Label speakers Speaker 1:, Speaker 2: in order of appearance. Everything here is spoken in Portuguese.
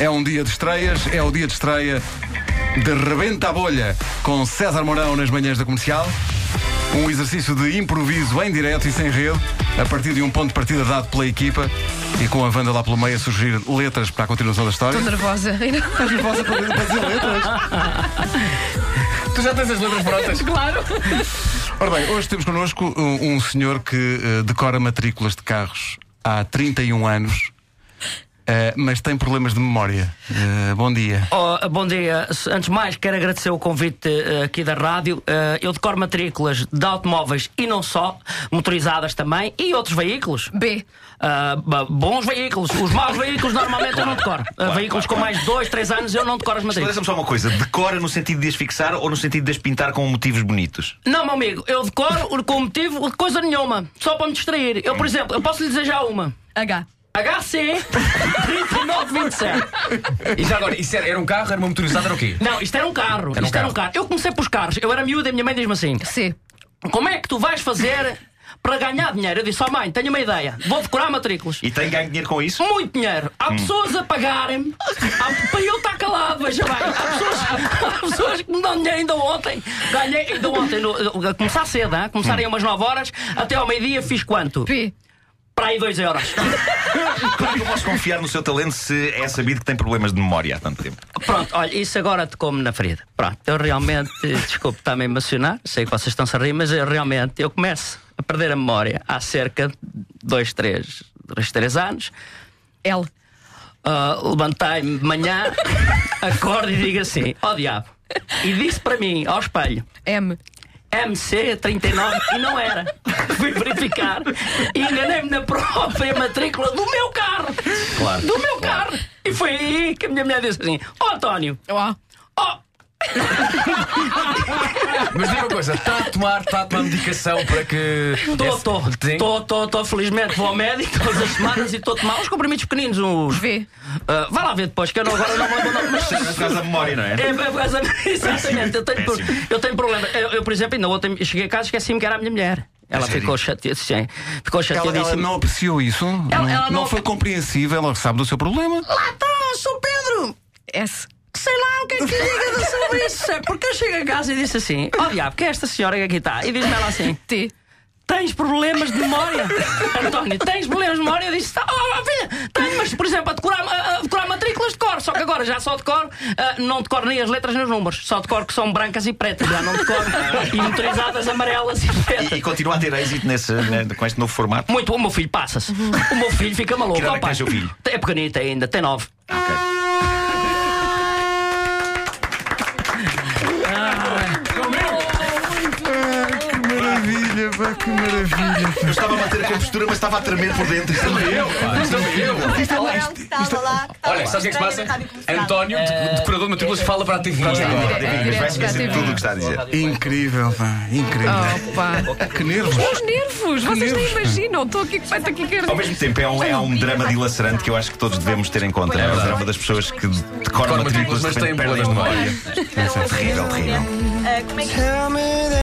Speaker 1: É um dia de estreias, é o dia de estreia de Rebenta a Bolha com César Mourão nas manhãs da comercial. Um exercício de improviso em direto e sem rede, a partir de um ponto de partida dado pela equipa e com a Wanda lá pelo meio a sugerir letras para a continuação da história.
Speaker 2: Estou nervosa.
Speaker 1: Estás nervosa para para dizer letras?
Speaker 3: Tu já tens as letras prontas?
Speaker 2: claro.
Speaker 1: Ora bem, hoje temos connosco um, um senhor que eh, decora matrículas de carros há 31 anos, eh, mas tem problemas de memória. Eh, bom dia.
Speaker 4: Oh, bom dia. Antes de mais, quero agradecer o convite eh, aqui da rádio. Eh, eu decoro matrículas de automóveis e não só, motorizadas também, e outros veículos.
Speaker 2: B.
Speaker 4: Ah, ba- bons veículos. Os maus veículos normalmente eu não decoro. Ah, veículos com mais de 2, 3 anos eu não decoro as matrículas.
Speaker 5: Esclareça-me só uma coisa: decora no sentido de as fixar ou no sentido de as pintar com motivos bonitos?
Speaker 4: Não, meu amigo, eu decoro com motivo de coisa nenhuma, só para me distrair. Eu, por exemplo, eu posso lhe dizer já uma.
Speaker 2: H.
Speaker 4: HC 3927.
Speaker 3: E já agora, isso era, era um carro, era uma motorizada, era o quê?
Speaker 4: Não, isto era um carro.
Speaker 3: um
Speaker 4: isto era um carro. Eu comecei pelos carros. Eu era miúdo e a minha mãe diz-me assim:
Speaker 2: C.
Speaker 4: Como é que tu vais fazer para ganhar dinheiro? Eu disse, ó mãe, tenho uma ideia. Vou decorar matrículas.
Speaker 5: E tem ganho dinheiro com isso?
Speaker 4: Muito dinheiro. Há pessoas a pagarem-me há- para eu estar calado, veja bem. Há pessoas, há pessoas que me dão dinheiro ainda ontem. Ganhei ainda ontem, no- a começar cedo, hein? começar aí umas 9 horas, até ao meio-dia fiz quanto?
Speaker 2: P.
Speaker 4: Para aí 2 euros.
Speaker 5: Como é que eu posso confiar no seu talento se é sabido que tem problemas de memória há tanto tempo?
Speaker 4: Pronto, olha, isso agora te como na ferida. Pronto, eu realmente, desculpe estar-me a emocionar, sei que vocês estão-se a rir, mas eu realmente, eu começo a perder a memória há cerca de 2, 3, 3 anos.
Speaker 2: L.
Speaker 4: Ah, levantei-me de manhã, acordo e digo assim: ó diabo. E disse para mim, ao espelho,
Speaker 2: M.
Speaker 4: MC39 e não era. Fui verificar e enganei-me na própria matrícula do meu carro.
Speaker 5: Claro,
Speaker 4: Do meu carro. E foi aí que a minha mulher disse assim: ó António,
Speaker 2: O.
Speaker 4: ó.
Speaker 3: Mas diga uma coisa, está a tomar, está a tomar medicação para que.
Speaker 4: Tô,
Speaker 3: Esse-
Speaker 4: tô,
Speaker 3: Sim?
Speaker 4: tô, tô, tô, felizmente vou ao médico todas as semanas e estou a tomar uns comprimidos pequeninos, uns.
Speaker 2: V.
Speaker 4: Ah, vai lá ver depois, que eu não, agora não me lembro o nome, mas
Speaker 5: Isto é por causa da memória, não é?
Speaker 4: É, por causa- Exatamente, eu tenho, pro-
Speaker 5: Péssimo.
Speaker 4: eu tenho problema. Eu, eu, por exemplo, ainda ontem cheguei a casa e esqueci-me que era a minha mulher. Ela
Speaker 5: sério?
Speaker 4: ficou chateada. Sim, ficou
Speaker 1: É Ela, ela
Speaker 4: chateadíssima.
Speaker 1: não apreciou isso? não, é?
Speaker 4: ela
Speaker 1: não
Speaker 4: não-
Speaker 1: foi compreensível, ela sabe do seu problema.
Speaker 4: Ah, então, sou Pedro!
Speaker 2: S.
Speaker 4: Sei lá o que é que lhe diga sobre isso. É porque eu chego a casa e disse assim: Ó diabo, que é esta senhora que aqui está? E diz-me ela assim:
Speaker 2: T.
Speaker 4: Tens problemas de memória? António, tens problemas de memória? Eu disse: "Tá, Oh, oh, filha, tenho, mas por exemplo, a decorar, a- a decorar matrículas de cor. Só que agora já só decoro, ah, não decoro nem as letras nem os números. Só decoro que são brancas e pretas. Já não decoro. e motorizadas amarelas e
Speaker 5: E,
Speaker 4: pretas.
Speaker 5: e continua a ter êxito nesse, né, com este novo formato?
Speaker 4: Muito, o meu filho passa-se. O meu filho fica maluco.
Speaker 5: Uhum. Que idade é que
Speaker 4: opa.
Speaker 5: tem seu filho?
Speaker 4: É pequenito ainda, tem nove.
Speaker 1: Maravilha, pá, que maravilha.
Speaker 5: Eu estava a manter a compostura, mas estava a tremer por dentro.
Speaker 3: Eu, pá, isto é eu.
Speaker 6: Não, que estava lá. que estava
Speaker 3: Olha, sabes o que é que se passa?
Speaker 6: estranho na rádio comercial.
Speaker 3: António, de- decorador de matrículas, fala para a TV.
Speaker 5: Agora, David, mas vai esquecer tudo o que está a dizer.
Speaker 1: Incrível, pá, incrível.
Speaker 2: Opa.
Speaker 1: Que nervos.
Speaker 2: Os nervos. Vocês nem imaginam. Estou aqui que vai aqui que
Speaker 5: Ao mesmo tempo, é um, é um drama dilacerante que eu acho que todos devemos ter em conta. É o drama das pessoas que decoram
Speaker 3: Agora
Speaker 5: matrículas,
Speaker 3: matrículas, mas
Speaker 5: de repente
Speaker 3: têm
Speaker 5: perdem
Speaker 3: bolas de
Speaker 5: a memória.
Speaker 3: memória.
Speaker 6: Tiveram um
Speaker 5: Terrível, terrível.
Speaker 6: acidente. Ah, Como é que